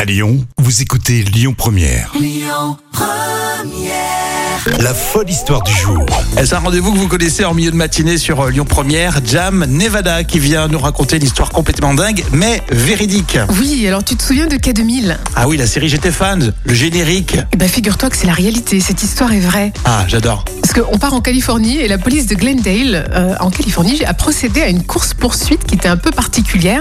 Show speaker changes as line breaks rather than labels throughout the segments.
À Lyon, vous écoutez Lyon Première. La folle histoire du jour.
Eh, C'est un rendez-vous que vous connaissez en milieu de matinée sur euh, Lyon Première, Jam Nevada qui vient nous raconter une histoire complètement dingue mais véridique.
Oui, alors tu te souviens de K2000
Ah oui, la série J'étais fan, le générique.
Eh ben figure-toi que c'est la réalité, cette histoire est vraie.
Ah, j'adore.
Parce qu'on part en Californie et la police de Glendale, euh, en Californie, a procédé à une course-poursuite qui était un peu particulière.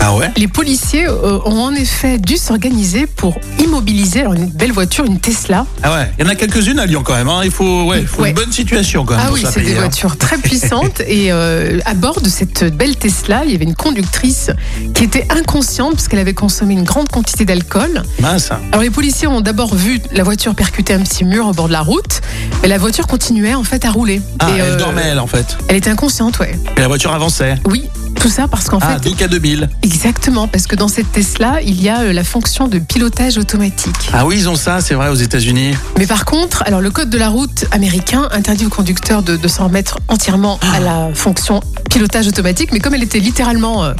Ah ouais
Les policiers euh, ont en effet dû s'organiser pour immobiliser alors, une belle voiture, une Tesla.
Ah ouais, il y en a quelques-unes à Lyon quand même. hein. Il faut, ouais, il faut
Ouais.
une bonne situation quand même.
Ah
pour
oui,
se la
c'est des
payer, hein.
voitures très puissantes. Et euh, à bord de cette belle Tesla, il y avait une conductrice qui était inconsciente parce qu'elle avait consommé une grande quantité d'alcool.
Mince.
Alors les policiers ont d'abord vu la voiture percuter un petit mur au bord de la route, mais la voiture continuait en fait à rouler.
Ah,
Et,
elle
euh,
dormait elle en fait.
Elle était inconsciente, ouais.
Et la voiture avançait.
Oui, tout ça parce qu'en
Ah,
fait,
donc à 2000.
exactement, parce que dans cette Tesla, il y a euh, la fonction de pilotage automatique.
Ah oui, ils ont ça, c'est vrai, aux États-Unis.
Mais par contre, alors le code de la route américain interdit au conducteur de, de s'en remettre entièrement à la fonction pilotage automatique, mais comme elle était littéralement euh,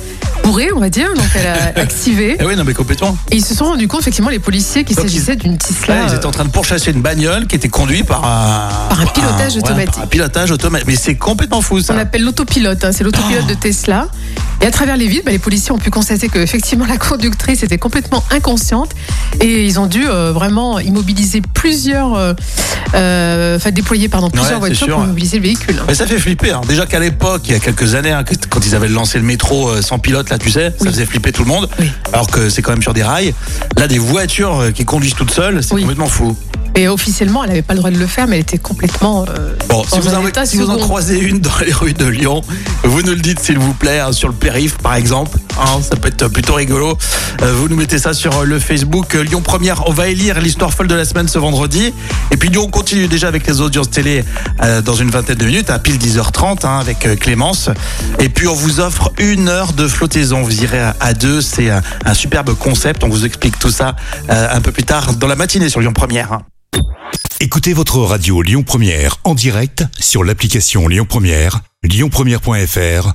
bourrée, on va dire, donc elle a activé.
Eh oui, non mais complètement.
Et ils se sont rendus compte effectivement les policiers qu'il
Donc, ils-
s'agissait d'une
Là,
Tesla.
ils étaient en train de pourchasser une bagnole qui était conduite par un.
Par un pilotage
ouais,
automatique.
par un pilotage automatique. Mais c'est complètement fou ça.
On appelle l'autopilote, hein, c'est l'autopilote
Ah.
de Tesla. Et à travers les villes, bah, les policiers ont pu constater que effectivement la conductrice était complètement inconsciente et ils ont dû euh, vraiment immobiliser plusieurs, euh, euh, enfin déployer pardon
c'est
plusieurs voitures
sûr.
pour immobiliser le véhicule.
Mais ça fait flipper. hein. Déjà qu'à l'époque, il y a quelques années, hein, que- quand ils avaient lancé le métro euh, sans pilote, là, tu sais, ça
Oui.
faisait flipper tout le monde.
Oui.
Alors que c'est quand même sur des rails. Là, des voitures euh, qui conduisent toutes seules, c'est
Oui.
complètement fou.
Et officiellement, elle n'avait pas le droit de le faire, mais elle était complètement. euh,
Bon, si
Dans
vous,
un
en,
état
si vous en
second.
croisez une dans les rues de Lyon, vous nous le dites s'il vous plaît, hein, sur le périph par exemple. hein, ça peut être plutôt rigolo. Euh, vous nous mettez ça sur euh, le Facebook euh, Lyon Première. On va élire l'histoire folle de la semaine ce vendredi. Et puis nous, on continue déjà avec les audiences télé euh, dans une vingtaine de minutes, à pile 10h30 hein, avec euh, Clémence. Et puis on vous offre une heure de flottaison. Vous irez à- à deux. C'est un, un superbe concept. On vous explique tout ça euh, un peu plus tard dans la matinée sur Lyon Première. hein.
Écoutez votre radio Lyon Première en direct sur l'application Lyon Première, lyonpremière.fr